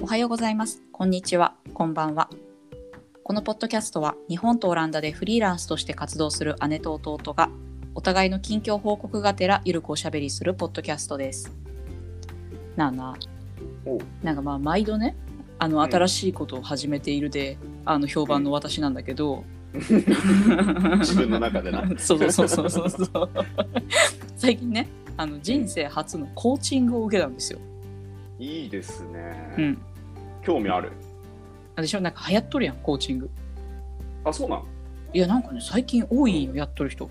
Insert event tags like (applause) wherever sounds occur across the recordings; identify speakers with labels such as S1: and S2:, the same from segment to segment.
S1: おはようございます。こんにちは。こんばんは。このポッドキャストは日本とオランダでフリーランスとして活動する姉と弟がお互いの近況報告がてらゆるくおしゃべりするポッドキャストです。なあな
S2: おう
S1: あ、なんかまあ毎度ね、あの
S2: うん
S1: 新しいことを始めているで、あの評判の私なんだけ
S2: (laughs)
S1: ど、
S2: 自分の中で
S1: (laughs)
S2: な
S1: そうそうそうそうそうそう。最近ね、あの人生初のコーチングを受けたんですよ。
S2: いいですね、
S1: うん。
S2: 興味ある
S1: 私はなんか流行っとるやん、コーチング。
S2: あそうなんあ
S1: いやなんかね最近多いよやっとる人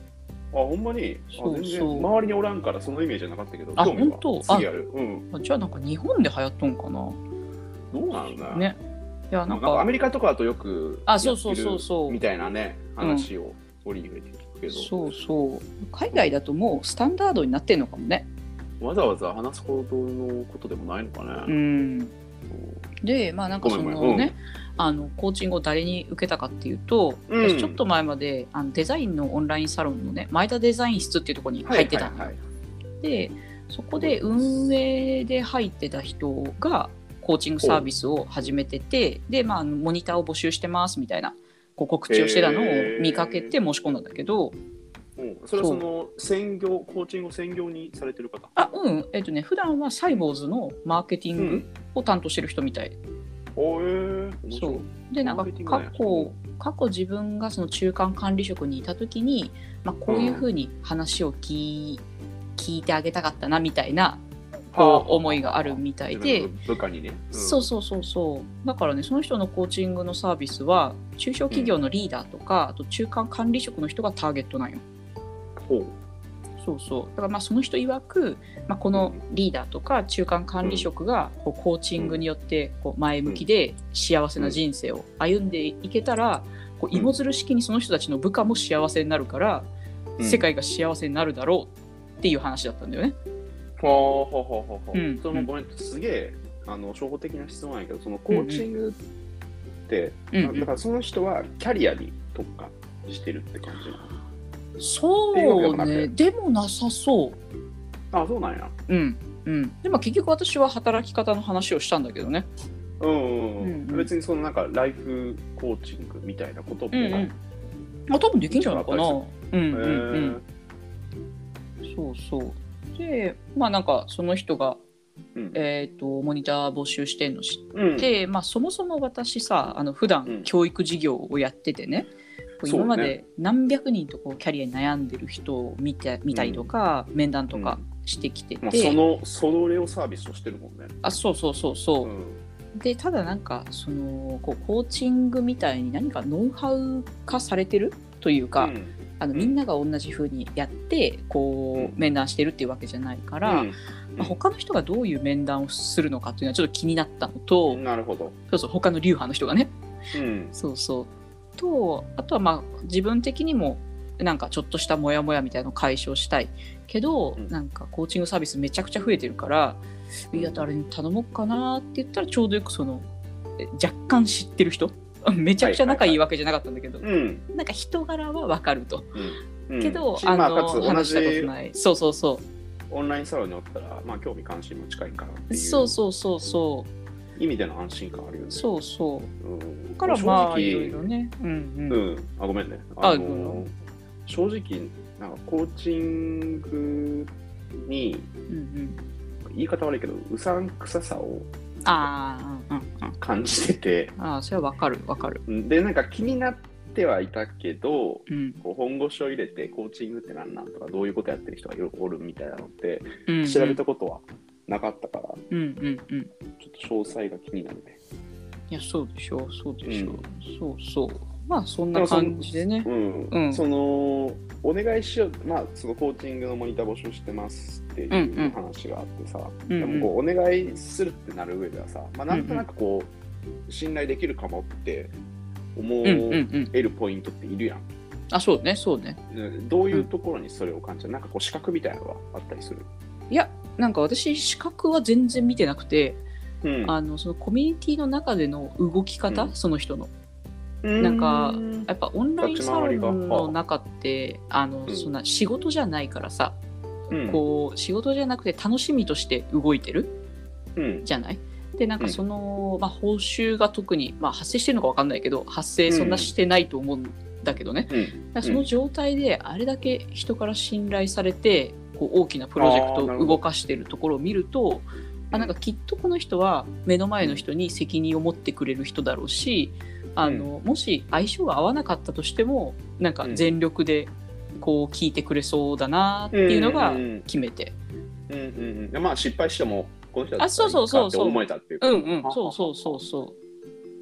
S2: ほんまにあ
S1: そうそう
S2: 全然周りにおらんからそのイメージじゃなかったけど
S1: あ
S2: 興味は
S1: 本当
S2: 次あるうん
S1: じゃあなんか日本で流行っとんかな
S2: どうなんだ
S1: ねいやな
S2: なんんかア
S1: か
S2: メリカとかだとよく
S1: あそうそうそう
S2: やって
S1: そ
S2: る
S1: う
S2: みたいなね話を折り入れて聞くけど、
S1: そうそう海外だともうスタンダードになってんのかもね
S2: わざわざ話すほどのことでもないのか
S1: う
S2: ね、
S1: んでまあなんかそ
S2: ごめんごめ
S1: の
S2: ん
S1: ねあのコーチングを誰に受けたかっていうと、
S2: うん
S1: 私ちょっと前まであのデザインのオンラインサロンのね前田デザイン室っていうところに入ってたん
S2: はいはいはい
S1: でそこで運営で入ってた人がコーチングサービスを始めててで、まあ、モニターを募集してますみたいなこう告知をしてたのを見かけて申し込んだんだけど、
S2: うん、それはその専業コーチングを専業にされてる方
S1: あうんえっ、とね普段はサイボーズのマーケティ
S2: う
S1: ング
S2: ん
S1: を担当してる人みたい、
S2: おえー、面白い
S1: そうでなん
S2: マ
S1: か
S2: ーケティング
S1: 過
S2: ね
S1: 去過去自分がその中間管理職にいた時に、まあ、こういうふうに話を聞い聞いてあげたかったなみたいなこう思いがあるみたいで
S2: 自分の部下にね、うん
S1: そうそうそうそうだからねその人のコーチングのサービスは中小企業のリーダーとか、あと中間管理職の人がターゲットなんよ
S2: ほう
S1: そうそうだからまあその人曰く、まあ、このリーダーとか中間管理職がこうコーチングによってこう前向きで幸せな人生を歩んでいけたらこう芋づる式にその人たちの部下も幸せになるから、
S2: うん
S1: 世界が幸せになるだろうっていう話だったんだよね。
S2: はあはあはあはあ、
S1: うん
S2: そのごめんすげえあの初歩的な質問やけどそのコーチングって、
S1: うん
S2: なだからその人はキャリアに特化してるって感じな
S1: そうねでもなさそう。
S2: のあそうなんや
S1: うんうん、でも結局私は働き方の話をしたんだけどね。
S2: うん、
S1: うんうん
S2: 別にそのなんかライフコーチングみたいなことも、
S1: うんうんまあ、多分できんじゃないかな。うんうんうん。そうそう。で、まあなんかその人が、
S2: えーうん
S1: えー、とモニター募集してんの知
S2: うん
S1: って、まあそもそも私さ、あの普
S2: う
S1: 段
S2: ん
S1: 教育事業をやっててね、こう
S2: そうね
S1: 今まで何百人とこうキャリアに悩んでる人を見て見たりとか、面談とかしてきてて、
S2: まあ、そのそれをサービスとしてるもんね、
S1: あそうそうそうそう。でただなんかそのこうコーチングみたいに何かノウハウ化されてるというか、
S2: うん
S1: あの
S2: うん
S1: みんなが同じ風にやってこう
S2: う
S1: 面談してるっていうわけじゃないから、
S2: うん
S1: まあ、他の人がどういう面談をするのかっていうのはちょっと気になったのと、
S2: なるほど、
S1: そうそう他の流派の人がね
S2: うん、
S1: そうそうとあとはまあ自分的にもなんかちょっとしたモヤモヤみたいなのを解消したいけど、
S2: うん
S1: なんかコーチングサービスめちゃくちゃ増えてるから、いや誰に頼もうかなって言ったらちょうどよくそのえ若干知ってる人 (laughs) めちゃくちゃ仲いいわけじゃなかったんだけど、
S2: うん
S1: なんか人柄はわかると、
S2: うん
S1: けど
S2: し
S1: あ
S2: まあ、
S1: の
S2: かつ同
S1: 話したこ
S2: じ
S1: とないそうそうそ
S2: オンラインサロンにおったら、まあ、興味関心も近いからって
S1: う
S2: い
S1: そうそうそうそう
S2: 意味での安心感あるよね。
S1: そうそう
S2: うん
S1: だからまあいろ
S2: 正
S1: いろねうん
S2: 直、
S1: うん
S2: うん、あごめんね。
S1: あ
S2: のー正直なんかコーチングに
S1: うん
S2: 言い方悪いけどうさんくささを
S1: うんああうんうん
S2: 感じてて (laughs)
S1: ああそれはわかるわかる。
S2: でなんか気になってはいたけど
S1: うん
S2: こう本腰を入れてコーチングって何なんとかどういうことやってる人がよくおるみたいなのって
S1: うん、
S2: 調べたことはなかったから
S1: うんうんうん。
S2: ちょっと詳細が気になるね。
S1: いやそうでしょうそうでしょう、
S2: うん
S1: そうそう。まあそんな感じでね。
S2: うん
S1: うん
S2: そのお願いしよう、まあ、そのコーチングのモニター募集してますってい
S1: んうん
S2: う話があってさ、
S1: うんう
S2: で
S1: ん
S2: もこうお願いするってなる上ではさ、まあ、なんとなくこう、信頼できるかもって思
S1: うんうんう
S2: え
S1: ん。
S2: るポイントっているやん、
S1: あそうねそうね。
S2: どういうところにそれを感じるなんかこう資格みたいなのはあったりする、
S1: いやなんか私資格は全然見てなくて、
S2: うん
S1: あのそのコミュニティの中での動き方、
S2: うん
S1: その人のなんかやっぱオンラインサロンの中ってあの、
S2: うん
S1: そんな仕事じゃないからさ、
S2: うん
S1: こう仕事じゃなくて楽しみとして動いてる
S2: うん
S1: じゃないでなんかその、まあ、報酬が特に、まあ、発生してるのか分かんないけど発生そんなしてないと思うんだけどね、
S2: うん、
S1: だからその状態であれだけ人から信頼されてこう大きなプロジェク
S2: あーなる
S1: ト
S2: ほ
S1: を
S2: ど
S1: 動かしてるところを見るとあなんかきっとこの人は目の前の人に責任を持ってくれる人だろうしあのもし相性が合わなかったとしてもなんか全力でこう聞いてくれそうだなっていうのが
S2: うんうん
S1: 決めて。
S2: うんうんうんまあ失敗してもこの人だ
S1: あそうそうそうそう
S2: 思えたっていう
S1: う
S2: か
S1: んうん、そうそうそうそ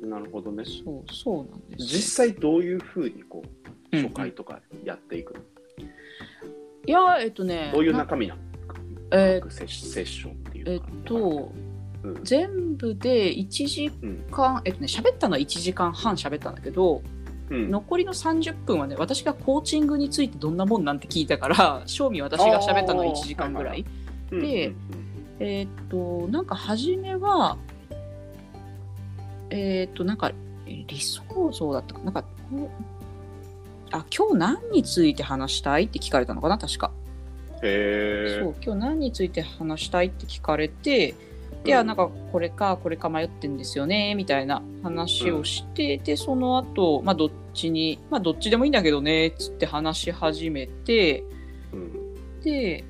S1: う
S2: なるほどね
S1: そうそうなんですよ
S2: 実際どういうふうにこう
S1: うん
S2: 初回とかやっていくの、
S1: いやえっとね
S2: どういう
S1: な
S2: 中身なの
S1: えー
S2: セッシセッションってい
S1: え
S2: う
S1: っ
S2: か、
S1: と
S2: うん
S1: 全部で1時間えっとね喋ったのは1時間半喋ったんだけど
S2: うん、
S1: 残りの30分はね私がコーチングについてどんなもんなんて聞いたから (laughs) 正味私が喋ったのは1時間ぐらい
S2: うん
S1: でえーっとなんか初めはえーっとなんかえー理想像だったかななんかこうあ今日何について話したいって聞かれたのかな確か、
S2: へ
S1: そう今日何について話したいって聞かれて
S2: え
S1: いやなんかこれかこれか迷ってんですよねみたいな話をして、でその後、まあどっちにまあどっちでもいいんだけどねっつって話し始めて
S2: うん
S1: で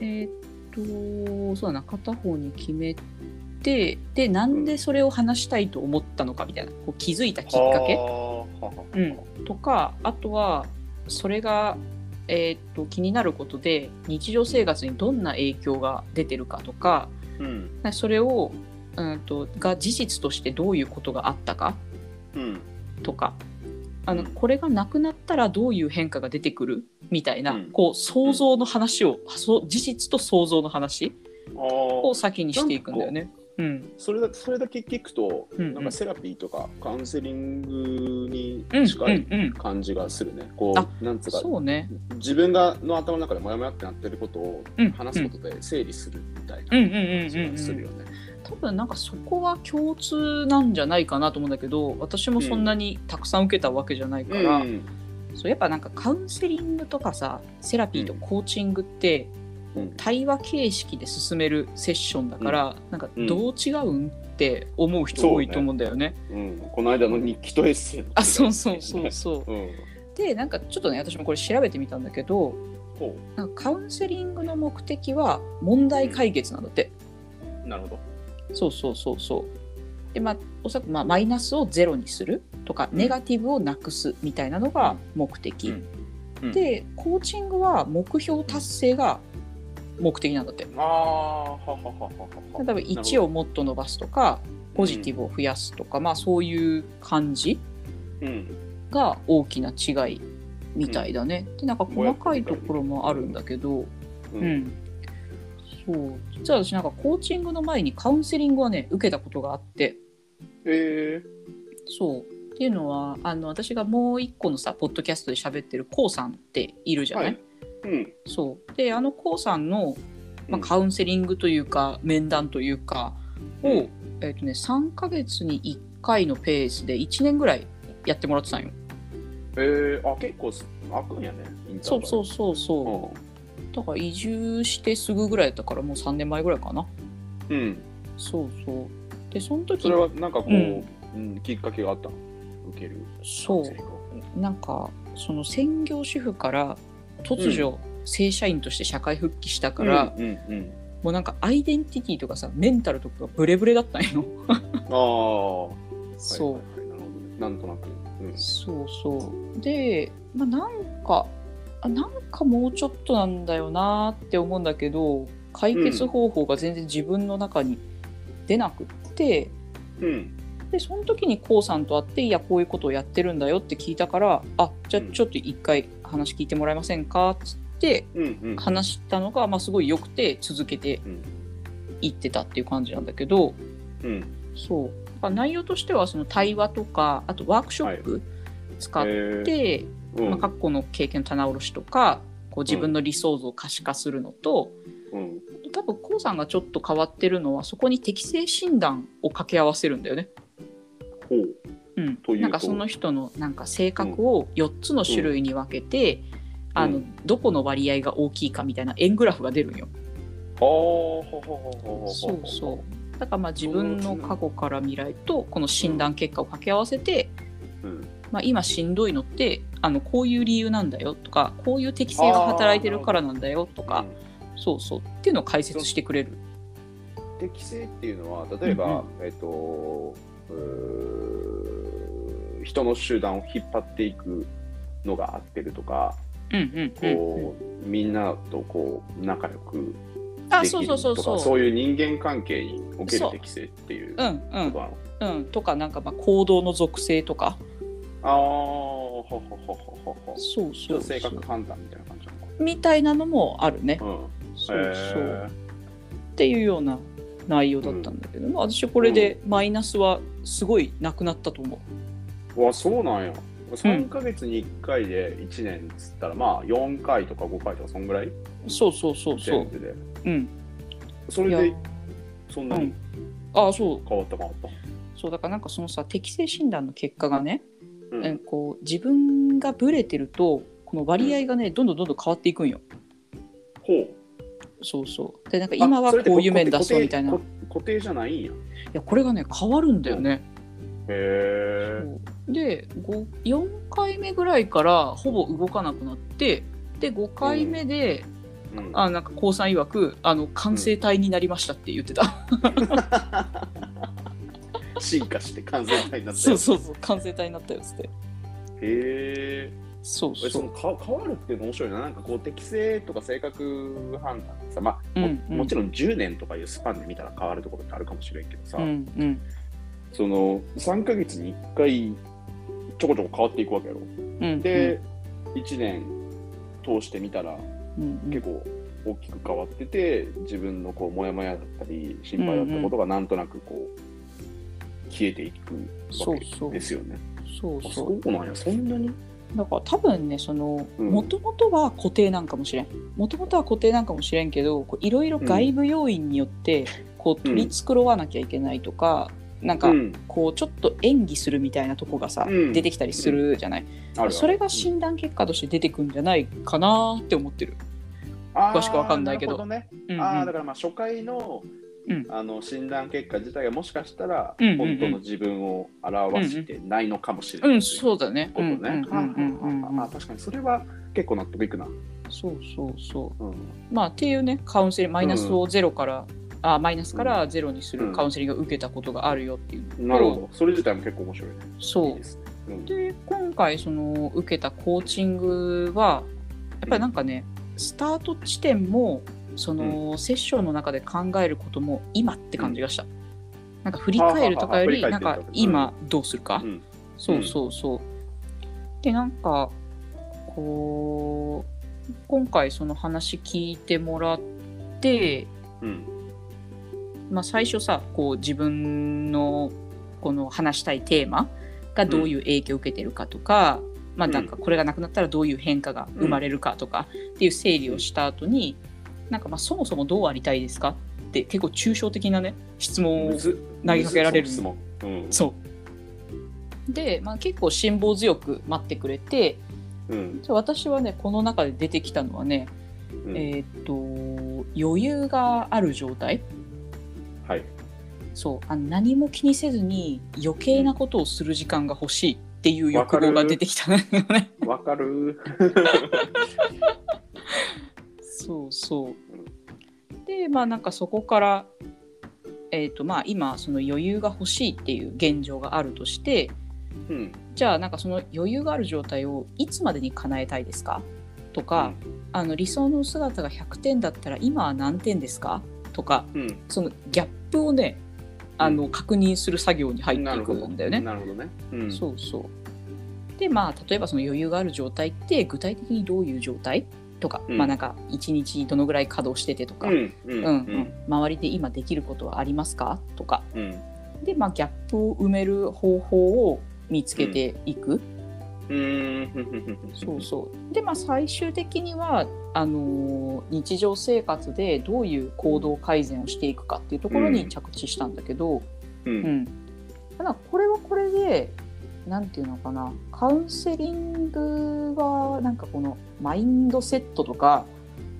S1: えーっとそうだな片方に決めてでなんでそれを話したいと思ったのかみたいなこう気づいたきっかけ
S2: はあはあはあ
S1: うん、とかあとはそれが、えーっと気になることで日常生活にどんな影響が出てるかとか
S2: うん
S1: それを、うん、とが事実としてどういうことがあったか
S2: うん
S1: とかあの、
S2: うん
S1: これがなくなったらどういう変化が出てくるみたいな、
S2: うん
S1: こう想像の話を、そう事実と想像の話
S2: あー
S1: を先にしていくんだよね。うん、
S2: それだそれだけ聞くと、
S1: うんうん
S2: なんかセラピーとかカウンセリングに
S1: うん、
S2: 近い
S1: うん、うん、
S2: 感じがするね、こ
S1: あ
S2: うなんつうか
S1: そうね。
S2: 自分がの頭の中でモヤモヤってなってることを
S1: うん
S2: 話すことで整理するみたい
S1: うん、う、
S2: なん
S1: うん、
S2: 感
S1: うん
S2: じがす
S1: う
S2: る
S1: ん
S2: よ。ね。
S1: 多分なんかそこは共通なんじゃないかなと思うんだけど、私もそんなにたくさん受けたわけじゃないから、
S2: ん
S1: そうやっぱなんかカウンセリングとかさ、セラピーとコーチングって。
S2: うん
S1: 対話形式で進めるセッションだから、なんかどう違うんって思う人多いと思うんだよね。
S2: うん、この間の日記とエッセイの違い
S1: あそうそうそうそう。
S2: うん
S1: でなんかちょっとね私もこれ調べてみたんだけど
S2: ほ
S1: なんかカウンセリングの目的は問題解決なんだって。
S2: うなるほど。
S1: そうそうそうそう。でまあおそらく、まあ、マイナスをゼロにするとか、
S2: うん
S1: ネガティブをなくすみたいなのが目的。
S2: うんうん
S1: でコーチングは目標達成が目的なんだって。
S2: ああははははは
S1: 例えば1をもっと伸ばすとかポジティブを増やすとか、まあそういう感じ
S2: うん
S1: が大きな違いみたいだね。でなんか細かいところもあるんだけど、
S2: う
S1: うんん、そう実は私なんかコーチングの前にカウンセリングはね受けたことがあって
S2: えー
S1: そう。っていうのはあの私がもう一個のさポッドキャストで喋ってる k o さんっているじゃない、
S2: はいうん
S1: そうであの k o さんの、まあ、
S2: うん
S1: カウンセリングというか、面談というかを、
S2: うん
S1: えっとね、3ヶ月に1回のペースで1年ぐらいやってもらってたんよ。
S2: えー、あ結構す開くんやね。インター
S1: そ
S2: バ
S1: う
S2: ル
S1: そうそうそう、だから移住してすぐぐらいだったからもう3年前ぐらいかな。
S2: うん。うん。
S1: そうそうでその時
S2: それはなんかこう、う
S1: うんん
S2: きっかけがあったの受ける
S1: そうなんかその専業主婦から突如、正社員として社会復帰したか
S2: か
S1: ら、
S2: うんうんうん、
S1: もうなんかアイデンティティとかさメンタルとかがブレブレだったんよ。
S2: ああ、は
S1: そう、
S2: いはいはいなるほどねなんとなく、うん、
S1: そうそうで、まあ、なんかあなんかもうちょっとなんだよなって思うんだけど解決方法が全然自分の中に出なくって、
S2: うん、
S1: でその時に k o さんと会っていやこういうことをやってるんだよって聞いたからあじゃあ
S2: うん
S1: ちょっと一回話聞いてもらえませんかっつって
S2: うんうん
S1: 話したのが、まあ、すごい良くて続けて
S2: うん
S1: いってたっていう感じなんだけど。
S2: うん
S1: そうだから内容としてはその対話とかあとワークショップ使っ
S2: えー
S1: て、
S2: うん
S1: まあ、過去の経験の棚卸しとかこう自分の理想像を可視化するのと、
S2: うん
S1: 多分 k o さんがちょっと変わってるのはそこに適性診断を掛け合わせるんだよね。
S2: ほう
S1: うん
S2: というと
S1: なんかその人のなんか性格を4つの種類に分けて、あ
S2: う
S1: のどこの割合が大きいかみたいな円グラフが出るんよ。
S2: ああはははははは
S1: そうそうだからまあ自分の過去から未来とこの診断結果を掛け合わせて、
S2: うん
S1: まあ、今しんどいのってあのこういう理由なんだよとかこういう適性が働いてるからなんだよとかそうそうっていうのを解説してくれる。
S2: うん適性っていうのは例えば、えっとうー人の集団を引っ張っていくのが合ってるとか
S1: うんうんうんうん
S2: こう、みんなとこう仲良く
S1: あ
S2: でき
S1: そう
S2: る
S1: そうそ
S2: と
S1: う
S2: か
S1: そう。
S2: そういう人間関係におけ
S1: そ
S2: る
S1: う
S2: 適性っていう
S1: う
S2: こ
S1: んうん
S2: となの
S1: うん、とかなんかまあ行動の属性とか
S2: ああほほほほほほ
S1: そう
S2: ちょ
S1: そうそ
S2: っと
S1: う
S2: 性格判断みたいな感じなのか
S1: みたいなのもあるね。
S2: うん
S1: そうそう、
S2: へー
S1: っていうような内容だったんだけど、まあ私これでマイナスはすごいなくなったと思。
S2: わそうなんや3ヶ月に1回で1年っつったら、まあ4回とか5回とかそんぐらいう
S1: そうそうそうそ
S2: 全
S1: う。
S2: 部で
S1: うん。
S2: それ
S1: い
S2: で
S1: や
S2: そんなに
S1: ああそう
S2: 変わった変わった、
S1: そうだからなんかそのさ適性診断の結果がね、
S2: うん
S1: うん、こう自分がブレてるとこの割合がねどんどんどんどん変わっていくんよ。
S2: ほう
S1: そうそう。でなんか
S2: あ
S1: 今は
S2: それって
S1: こういう面出そうみたいな。い
S2: 固定固定じゃないんや
S1: やこれがね変わるんだよね。
S2: へえ
S1: そうでご4回目ぐらいからほぼ動かなくなってで5回目で、
S2: うん
S1: あなんか高さん曰くあの完成体になりましたって言って (laughs) た、
S2: 進化して完全体になって
S1: そうそうそう完成体になったよっつって
S2: へえ
S1: そうそ
S2: え
S1: う
S2: そのか変わるっていうの面白いななんかこう適性とか性格判断さ、まあも
S1: うんうん
S2: もちろん10年とかいうスパンで見たら変わるところってあるかもしれんけどさ、
S1: うんうん
S2: その3ヶ月に1回ちょこちょこ変わっていくわけやろ
S1: うんうん
S2: で、1年通してみたら
S1: うんうん
S2: 結構大きく変わってて自分のこうモヤモヤだったり心配だったことがなんとなくこう消えていく
S1: そ
S2: わ
S1: うそう
S2: けですよね。
S1: そう
S2: あ
S1: そう
S2: そうなんやそんなに
S1: だから多分ねその
S2: うん
S1: もともとは固定なんかもしれんもともとは固定なんかもしれんけどこういろいろ外部要因によってこう取り繕わなきゃいけないとか、なんか
S2: うん
S1: こうちょっと演技するみたいなとこがさ、
S2: うん
S1: 出てきたりするじゃない、
S2: あるある
S1: それが診断結果として出てくんじゃないかなって思ってる。詳しくわかんないけど
S2: あーるほね
S1: うんうん
S2: あーだからまあ初回の,、
S1: うん
S2: あの診断結果自体がもしかしたら
S1: うんうんうん
S2: 本当の自分を表してないのかもしれない、
S1: うん、そうだね。
S2: こ
S1: うん
S2: と
S1: う
S2: ね
S1: んうんうんうん
S2: ああ確かにそれは結構納得いくな。
S1: そうそうそう。
S2: うん
S1: まあっていうねカウンセリングマイナスをゼロから、あマイナスからゼロにす
S2: う
S1: る
S2: ん
S1: カウンセリングを受けたことがあるよっていう。
S2: なるほど。それ自体も結構面白いね。
S1: そう
S2: いいですね。うん
S1: で今回その受けたコーチングはやっぱりなんかね、スタート地点もその、セッションの中で考えることも今って感じがした、なんか振り返るとかより
S2: はあ
S1: な
S2: はあ
S1: ん
S2: はあ
S1: か
S2: 振り返ってるとか
S1: 今どうするか、
S2: うん
S1: そうそうそうでなんかこう今回その話聞いてもらって
S2: うん
S1: まあ、最初さこう自分のこの話したいテーマがどういう影響を受けてるかとか,、まあ、なんかこれがなくなったらどういう変化が生まれるかとかっていう整理をした後に、なんかまあそもそもどうありたいですかって結構抽象的なね質問を
S2: むず
S1: 投げかけられる
S2: むずそう質問。うん
S1: そうで、まあ、結構辛抱強く待ってくれて
S2: うん
S1: じゃあ私はねこの中で出てきたのはね、
S2: うん
S1: えーっと余裕がある状態
S2: はい。
S1: そうあの何も気にせずに余計なことをする時間が欲しいっていう欲望が出てきたんだよね。
S2: わかる。
S1: (laughs) そうそうでまあなんかそこから、えーとまあ、今その余裕が欲しいっていう現状があるとして
S2: うん
S1: じゃあなんかその余裕がある状態をいつまでに叶えたいですかとか、あの理想の姿が100点だったら今は何点ですかとか
S2: うん
S1: そのギャップをねあの確認する作業に入っ
S2: な
S1: てい
S2: るほ
S1: く
S2: ど
S1: んだよね。
S2: なるほどね。うん
S1: そうそう。でまあ例えばその余裕がある状態って具体的にどういう状態とか、
S2: うん
S1: まあなんか一日どのぐらい稼働しててとか、
S2: うんう
S1: うん
S2: ん
S1: うん周りで今できることはありますかとか
S2: うん
S1: でまあギャップを埋める方法を見つけていく、
S2: うん
S1: そうそうでまあ最終的にはあのー日常生活でどういう行動改善をしていくかっていうところ
S2: う
S1: に
S2: ん
S1: 着地したんだけど、う
S2: う
S1: んん、ただこれはこれでなんていうのかなカウンセリングがなんかこのマインドセットとか、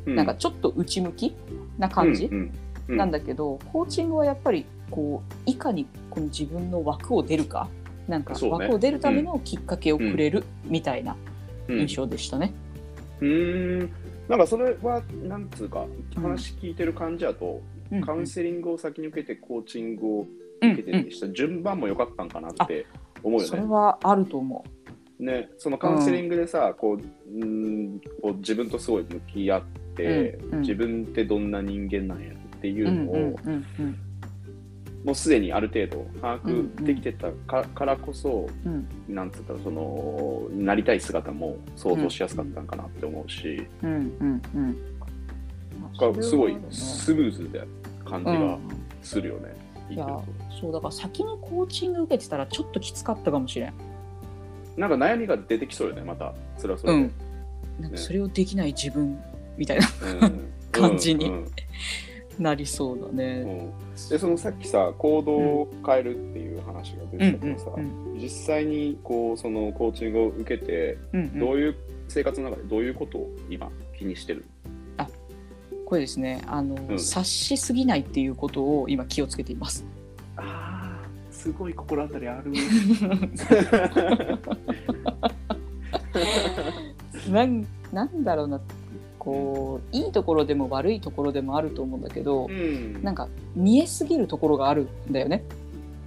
S2: うん
S1: なんかちょっと内向きな感じ
S2: うんうんうん
S1: なんだけど、コーチングはやっぱりこういかにこの自分の枠を出るかなんか
S2: そうね
S1: 枠を出るためのきっかけをくれるみたいな
S2: うん
S1: 印象でしたね。
S2: うーんなんかそれは、なんつうか、話聞いてる感じやと、
S1: うん
S2: カウンセリングを先に受けて、コーチングを受けてってした順番も良かったんかなって思うよ
S1: それ
S2: ね。
S1: はあると思
S2: ね、そのカウンセリングでさ、こう、うーん、こう自分とすごい向き合って、
S1: うんうん。
S2: 自分ってどんな人間なんやっていうう
S1: うん
S2: のを、
S1: うんうんうん
S2: もうすでにある程度把握できてたか,、からこそ、
S1: うん
S2: なんつうか、その、なりたい姿も想像しやすかったんかなって思うし。
S1: うんうんうん
S2: がすごい
S1: そ
S2: スムーズで感じ
S1: れはあるね
S2: がするよね。
S1: うんい
S2: 聞い
S1: や
S2: てる
S1: そうだから先にコーチング受けてたらちょっときつかったかもしれん。
S2: となんか悩みが出てきそうよね、また、それはそれ
S1: う
S2: で。
S1: ん、なんかそれをできない自分みたいな (laughs)
S2: うん
S1: 感じに
S2: うん
S1: なりそうだ
S2: うんう
S1: ね。
S2: んで、そのさっきさ、行動を変えるっていう話が出
S1: うん
S2: てたけどさ、
S1: うん
S2: 実際にこうそのコーチングを受けて、
S1: うんうん
S2: どういう生活の中でどういうことを今、気にしてる
S1: これですねあの、
S2: ん
S1: 察しすぎないっていうことを今気をつけています。
S2: ああ、すごい心当たりある。
S1: なんなんだろうなこういいところでも悪いところでもあると思うんだけど、
S2: (laughs) うん
S1: なんか見えすぎるところがあるんだよね。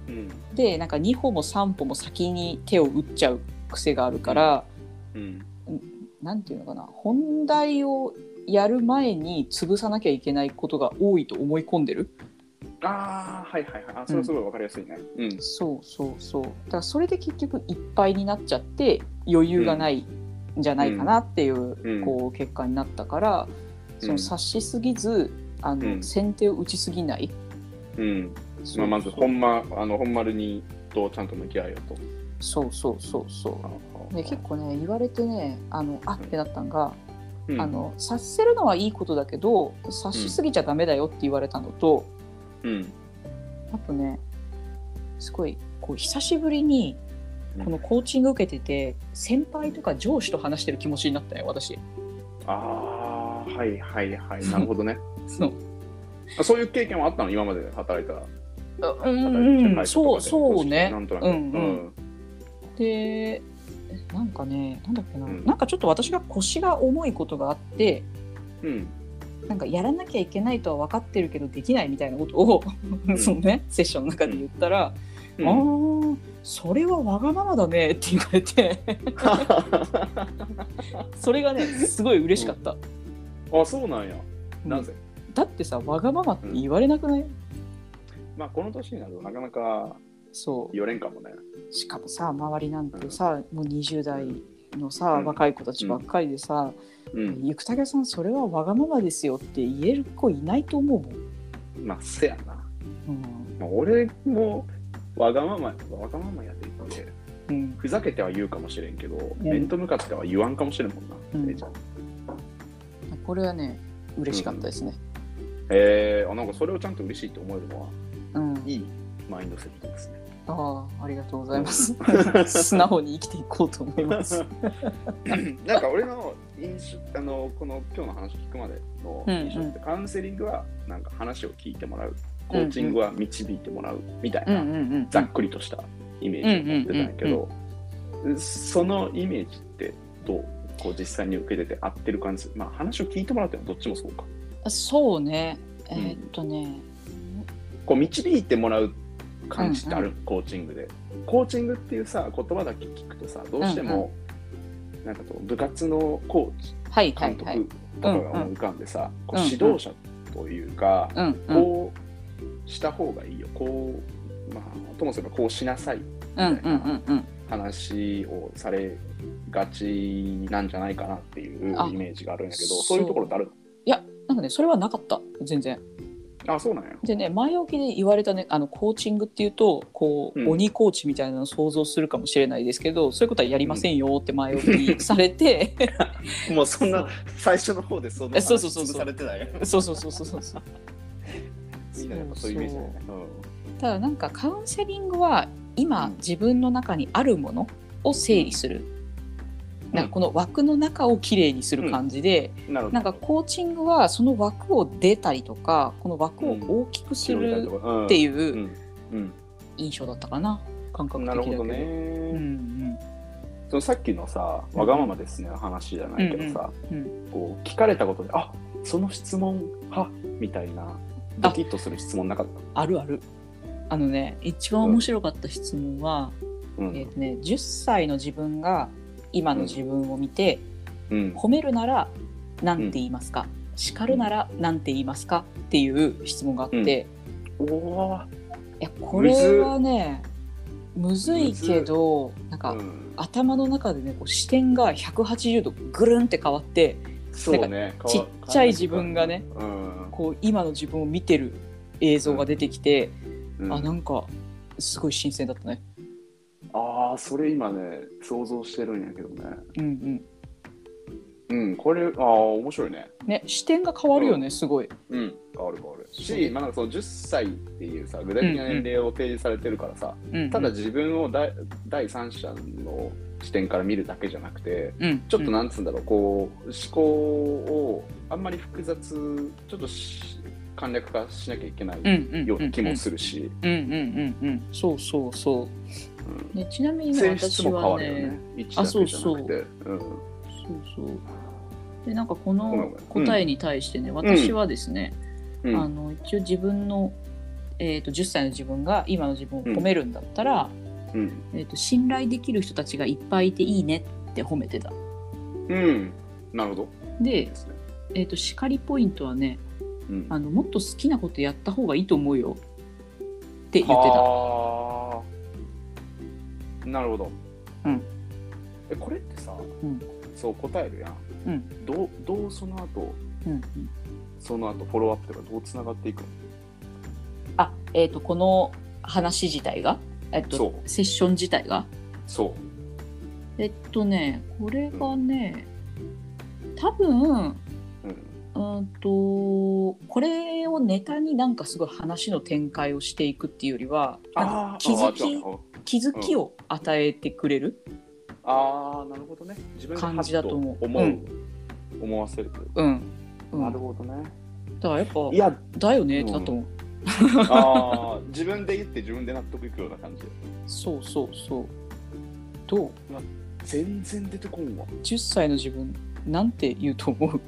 S2: うん
S1: でなんか2歩も3歩も先に手を打っちゃう癖があるから、
S2: うん
S1: なんていうのかな本題をやる前に潰さなきゃいけないことが多いと思い込んでる
S2: ああ、はいはいはい。あそれはすごいわかりやすいね。うん
S1: そうそうそうだからそれで結局いっぱいになっちゃって余裕がないんじゃないかなっていう,、
S2: うん
S1: こう結果になったから、その察しすぎずあの、
S2: うん
S1: 先手を打ちすぎない、
S2: うん
S1: そ
S2: ま
S1: う
S2: あ、まず本,、ま、あの本丸にとちゃんと向き合えよと。
S1: そうそうそうそうで結構ね言われてねあのあってなったんが、
S2: うん
S1: あの察せるのはいいことだけど察しすぎちゃダメだよって言われたのと、
S2: うん
S1: あとねすごいこう久しぶりに
S2: うん
S1: このコーチング受けてて先輩とか上司と話してる気持ちになったよ私
S2: ああはいはいはいなるほ (laughs) どね。
S1: そう
S2: あそういう経験はあったの今まで働いた
S1: う
S2: 働いて
S1: ん
S2: た
S1: うん
S2: 会社と
S1: そう
S2: かで
S1: そうね
S2: なんとなく。
S1: うんう
S2: うんん
S1: でなんかねなんだっけな、
S2: うん
S1: なんかちょっと私が腰が重いことがあって
S2: うん
S1: なんかやらなきゃいけないとは分かってるけどできないみたいなことを、(laughs)
S2: ん
S1: そのねセッションの中で言ったら「
S2: う
S1: あ
S2: ん
S1: ーそれはわがままだね」って言われてそれがねすごい嬉しかった。
S2: あそうなんや。なぜ、
S1: だってさわがままって言われなくない、
S2: まあこの年になるとなかなか
S1: そう
S2: 言われんかもね。
S1: しかもさ周りなんてさ、もう20代のさ、若い子たちばっかりでさ
S2: う
S1: 「
S2: ん、
S1: ゆくたけさんそれはわがままですよ」って言える子いないと思うもん。
S2: まあせやな。
S1: うん
S2: まあ、俺もわがままわがままやっていたんで。
S1: うん、
S2: ふざけては言うかもしれんけど、
S1: ん
S2: 面と向かっては言わんかもしれんもんな。
S1: うん
S2: えーじゃあ
S1: これはね嬉しかったですね。
S2: えー、あなんかそれをちゃんと嬉しいと思えるのは、
S1: うん
S2: いいマインドセットですね。
S1: ああありがとうございます。 (laughs) 素直に生きていこうと思い (laughs) ます。
S2: (laughs) なんか俺の印象、あの、この今日の話聞くまでの印象って、
S1: うん
S2: カウンセリングはなんか話を聞いてもらう、コーチングは導いてもらうみたいな、
S1: ん
S2: ざっくりとしたイメージを持ってたんやけど、そのイメージってどうこう実際に受けてて合ってる感じまあ話を聞いてもらうっていうのはどっちもそうか。
S1: そうねえーっとね、
S2: こう導いてもらう感じってある、コーチングでコーチングっていうさ言葉だけ聞くとさどうしても、なんかこう部活のコーチ
S1: はいは
S2: 監
S1: いは
S2: 督
S1: い。
S2: とかが思い浮かんでさ、こう
S1: うんうん
S2: 指導者というか、
S1: うん
S2: こうした方がいいよこう、まあ、ともすればこうしなさい
S1: うんうんうんうん。
S2: 話をされがちなんじゃないかなっていうイ
S1: あ
S2: メージがあるんやけど
S1: そう
S2: そういうところってある
S1: いやなんかねそれはなかった全然。
S2: あそうなんや。
S1: でね前置きで言われたねあのコーチングっていうとこう、
S2: うん
S1: 鬼コーチみたいなのを想像するかもしれないですけどそういうことはやりませんよって前置きされ
S2: (laughs)
S1: て、
S2: (laughs) もうそんな最初の方でそん
S1: えそうそうそうそう
S2: 話潰されてない。
S1: そうそうそうそうそうそう
S2: (laughs) みんなやっぱそういうイメージだよね。
S1: ただなんかカウンセリングは今、
S2: うん
S1: 自分の中にあるものを整理するなんかこの枠の中をきれいにする感じで、
S2: なるほど。
S1: なんかコーチングはその枠を出たりとかこの枠を大きくする
S2: っ
S1: って
S2: い
S1: いう
S2: うん。うん。
S1: 印象だったかな感覚的
S2: な
S1: だ
S2: る
S1: け
S2: ほ
S1: ど
S2: どね。
S1: うん
S2: そのさっきのさ、わがままですねの話じゃないけどさ、
S1: うんうん
S2: こう聞かれたことで、あその質問はみたいな、ドキッとする質問なかっ
S1: うん、あるあるあのね一番面白かった質問は、
S2: た。うん。
S1: えーとね、10歳の自分が今の自分を見て、
S2: うん、
S1: 褒めるならなんて言いますか、叱るならなんて言いますかっていう質問があって、
S2: おお、
S1: いやこれはねむずいけどなんか、
S2: うん、
S1: 頭の中でねこう視点が180度ぐるんって変わって
S2: そうね。
S1: ちっちゃい自分がね
S2: うん。
S1: こう今の自分を見てる映像が出てきて、
S2: うん、
S1: あ
S2: あ
S1: なんかすごい新鮮だったね。
S2: あー、それ今ね、想像してるんやけどね。
S1: うん
S2: うん、これ、ああ、面白いね。
S1: うん、ね視点が変わるよねすごい。
S2: うん、変わる変わる。
S1: そう
S2: し、まあ、なんかその10歳っていうさ、具体的な年齢を提示されてるからさ、
S1: うんうん、
S2: ただ自分を第第三者の視点から見るだけじゃなくて、
S1: うん、
S2: ちょっとなんつうんだろう、こう、思考をあんまり複雑、ちょっとし簡略化しなきゃいけないような気もするし、
S1: うんうんうんうんうんそうそうそう、ね、ちなみ
S2: うん
S1: にね
S2: 性質
S1: 私
S2: も変わ
S1: は
S2: るよね
S1: ね。
S2: 一だけじゃなくて。うん
S1: そうそうでなんかこ
S2: ごめん
S1: の
S2: ごめん
S1: 答えに対してね、私はですね、
S2: うん
S1: あの一応自分の、えー、と10歳の自分が今の自分を褒めるんだったら、
S2: うん
S1: えー、と信頼できる人たちがいっぱいいていいねって褒めてた。
S2: うん、なるほど。
S1: で
S2: で、すね
S1: えー、と叱りポイントはね
S2: うん
S1: あのもっと好きなことやった方がいいと思うよって言ってた。
S2: あーなるほど、
S1: うん
S2: えこれってさ、
S1: ん
S2: そう答えるやん、
S1: うん
S2: どうどうその後
S1: うんうん、
S2: その後フォローアップとかどうつながっていくの
S1: あえー、とこの話自体が、えー、
S2: そ
S1: と
S2: う
S1: セッション自体が
S2: そ
S1: えっとねこれがね多分
S2: う、うん、
S1: うんとこれをネタになんかすごい話の展開をしていくっていうよりはなんか
S2: あー
S1: 気づ
S2: あー違う
S1: き
S2: の
S1: 気づきを与えてくれる、
S2: あーなるほどね自分が
S1: 感じだと思う
S2: はっ思う、
S1: うん
S2: 思わせるという
S1: うんうん、
S2: なる
S1: だか
S2: ほどね
S1: らやっぱ
S2: いや
S1: だよね
S2: うん
S1: だと思う、
S2: あー自分で言って自分で納得いくような感じ
S1: そうそうそうどう
S2: 全然出てこんわ
S1: 10歳の自分なんて言うと思う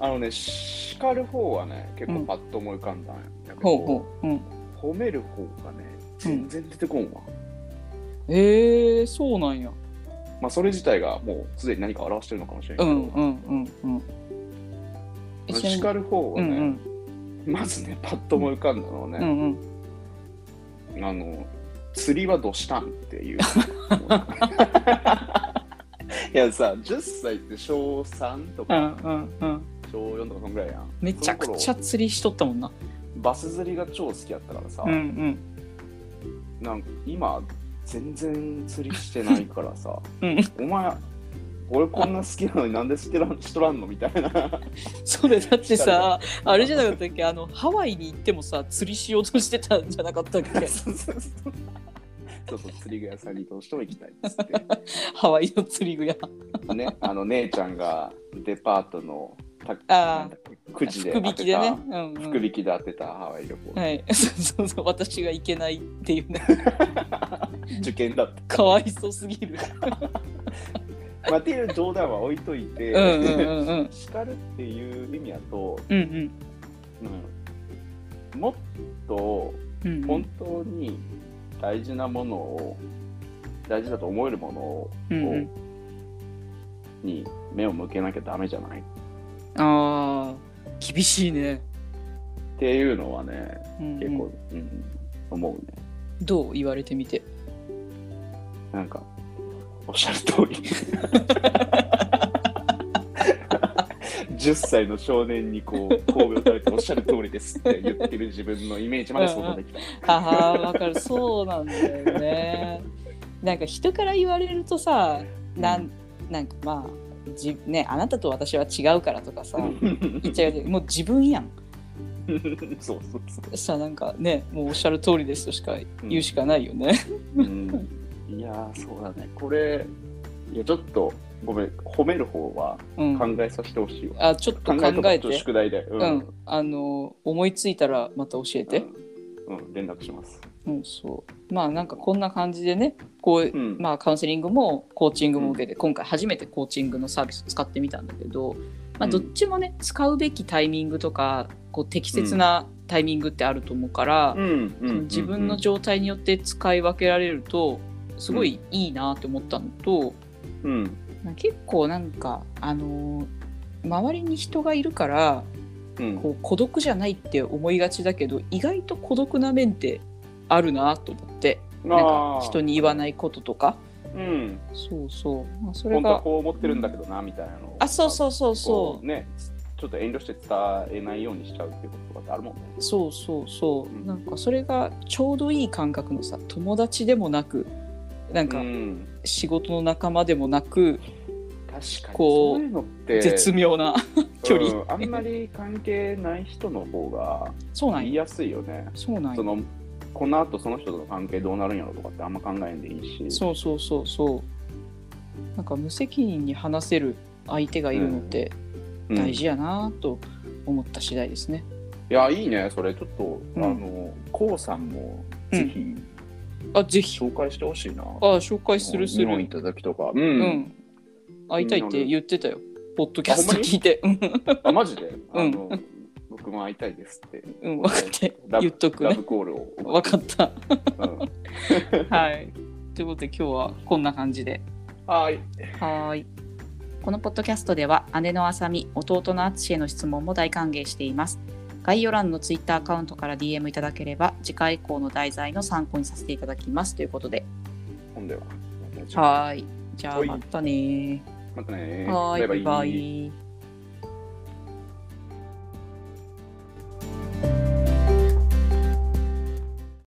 S2: あのね叱る方はね結構パッと思い浮かんだんやけど、
S1: ほうほう、うん、
S2: 褒める方がね全然出てこんわ、
S1: えー、そうなんや
S2: まあそれ自体がもうすでに何か表してるのかもしれな
S1: う
S2: い
S1: ん
S2: けど、
S1: うんうんうんえちなみに
S2: 叱る方
S1: う
S2: は
S1: んう
S2: ね、
S1: ん
S2: まずねパッと思い浮かんだのは
S1: う
S2: ね、
S1: んうん
S2: あの釣りはどうしたんっていう (laughs) いやさ10歳って小3と
S1: う
S2: か、
S1: んうんうん
S2: 小4とかそんぐらいやん
S1: めちゃくちゃ
S2: その頃
S1: 釣りしとったもんな
S2: バス釣りが超好きやったからさ、
S1: うんうん
S2: なんか今全然釣りしてないからさ
S1: (laughs) うん
S2: お前俺こんな好きなのになんで知ってらんしとらんのみた
S1: (laughs)
S2: いな
S1: それだってさあれじゃなかったっけあのハワイに行ってもさ釣りしようとしてたんじゃなかったっ
S2: (laughs)
S1: け
S2: そうそうそう。ちょっと釣り具屋さんにどうしても行きたいっつっ
S1: ハワイの釣り具屋
S2: て。ね、あの姉ちゃんがデパートのたな
S1: あ
S2: ん
S1: ー
S2: だっけくじで
S1: 福
S2: 当
S1: 引き
S2: て
S1: で
S2: た、
S1: ね、うんうん
S2: 福引きで当てたハワイ旅行、
S1: はいそうそうそう私が行けないっていうね
S2: 受験だった。
S1: かわいそうすぎる
S2: まあ、っていう冗談は置いといて、
S1: うんうんうんうん
S2: 叱るっていう意味やと、
S1: うんうん
S2: うんもっと
S1: うんうん
S2: 本当に大事なものを、大事だと思えるものを、
S1: うんうん
S2: に目を向けなきゃダメじゃないっ
S1: あー厳しいね、
S2: ていうのはね、
S1: うんうん
S2: 結構、うん思うね
S1: どう言われてみて
S2: なんかおっしゃる通
S1: (laughs)
S2: り10歳の少年にこう神戸を食べておっしゃる通りですって言ってる自分のイメージまで想像できた
S1: ああわかるそうなんだよねなんか人から言われるとさなんなんかまあじねあなたと私は違うからとかさ言っちゃうけどもう自分やん
S2: そうそうそ
S1: さなんかねもうおっしゃる通りですとしか
S2: うん
S1: 言うしかないよね、
S2: う、うん、いやーそうだねこれいや、ちょっと、ごめん、褒める方は
S1: うん
S2: 考えさせてほしいわ。
S1: あちょっと考え
S2: とこう
S1: て
S2: 宿題で。う
S1: うん、あの思いついたらまた教えて、
S2: うん、うん連絡します。
S1: うん、そうまあなんかこんな感じでねこう、
S2: うん
S1: まあ、カウンセリングもコーチングも受けて、今回初めてコーチングのサービス使ってみたんだけど、ま
S2: う
S1: あ、
S2: ん
S1: どっちもね、使うべきタイミングとかこう適切なタイミングってあると思うから、
S2: ん、
S1: その自分の状態によって使い分けられるとすごいいいなって思ったのと、
S2: うん、
S1: まあ結構なんかあのー周りに人がいるから
S2: うん、
S1: こう孤独じゃないって思いがちだけど意外と孤独な面ってあるなと思ってなんか人に言わないこととか
S2: うん、
S1: そうそう、まあ、それ
S2: 本当は
S1: が
S2: こう思ってるんだけどな、みたいなのを
S1: あそうそうそうそ
S2: こうねちょっと遠慮して伝えないようにしちゃうっていうこととかってあるもんね
S1: うそうそうそううんなんかそれがちょうどいい感覚のさ友達でもなくなんか
S2: うん、
S1: 仕事の仲間でもなく
S2: 確かに
S1: こう
S2: そういうのって
S1: 絶妙な距離
S2: うんあんまり関係ない人の方が
S1: そうなん
S2: 言い
S1: や
S2: やすいよね
S1: そうなんや
S2: そのこのあとその人との関係どうなるんやろとかってあんま考えんでいいし
S1: そうそうそうそうなんか無責任に話せる相手がいるのって
S2: うん
S1: 大事やなと思った次第ですね。
S2: いやいいねそれちょっと、
S1: うん
S2: あのこうさんもぜひ
S1: あぜひ
S2: 紹介してほしいな、
S1: あ紹介するす
S2: 日本
S1: る
S2: い。ただきとかうん、
S1: うん。会いたいって言ってたよ。ポッドキャスト聞いて。
S2: あマジで、
S1: うん
S2: あの僕も会いたいですって
S1: うんうん、分かって
S2: ラ。ブ
S1: 言っとく
S2: ラ
S1: ね
S2: ブ。コールを
S1: 分かった。
S2: うん
S1: (laughs) はい。ということで今日はこんな感じで。
S2: はい。
S1: はい。このポッドキャストでは姉のあさみ、弟のあつしへの質問も大歓迎しています。概要欄のツイッターアカウントから DM いただければ次回以降の題材の参考にさせていただきますということで。
S2: ほんでは。また次回
S1: はい。じゃあ
S2: はい
S1: またね。
S2: またね。
S1: はい。バイバイ。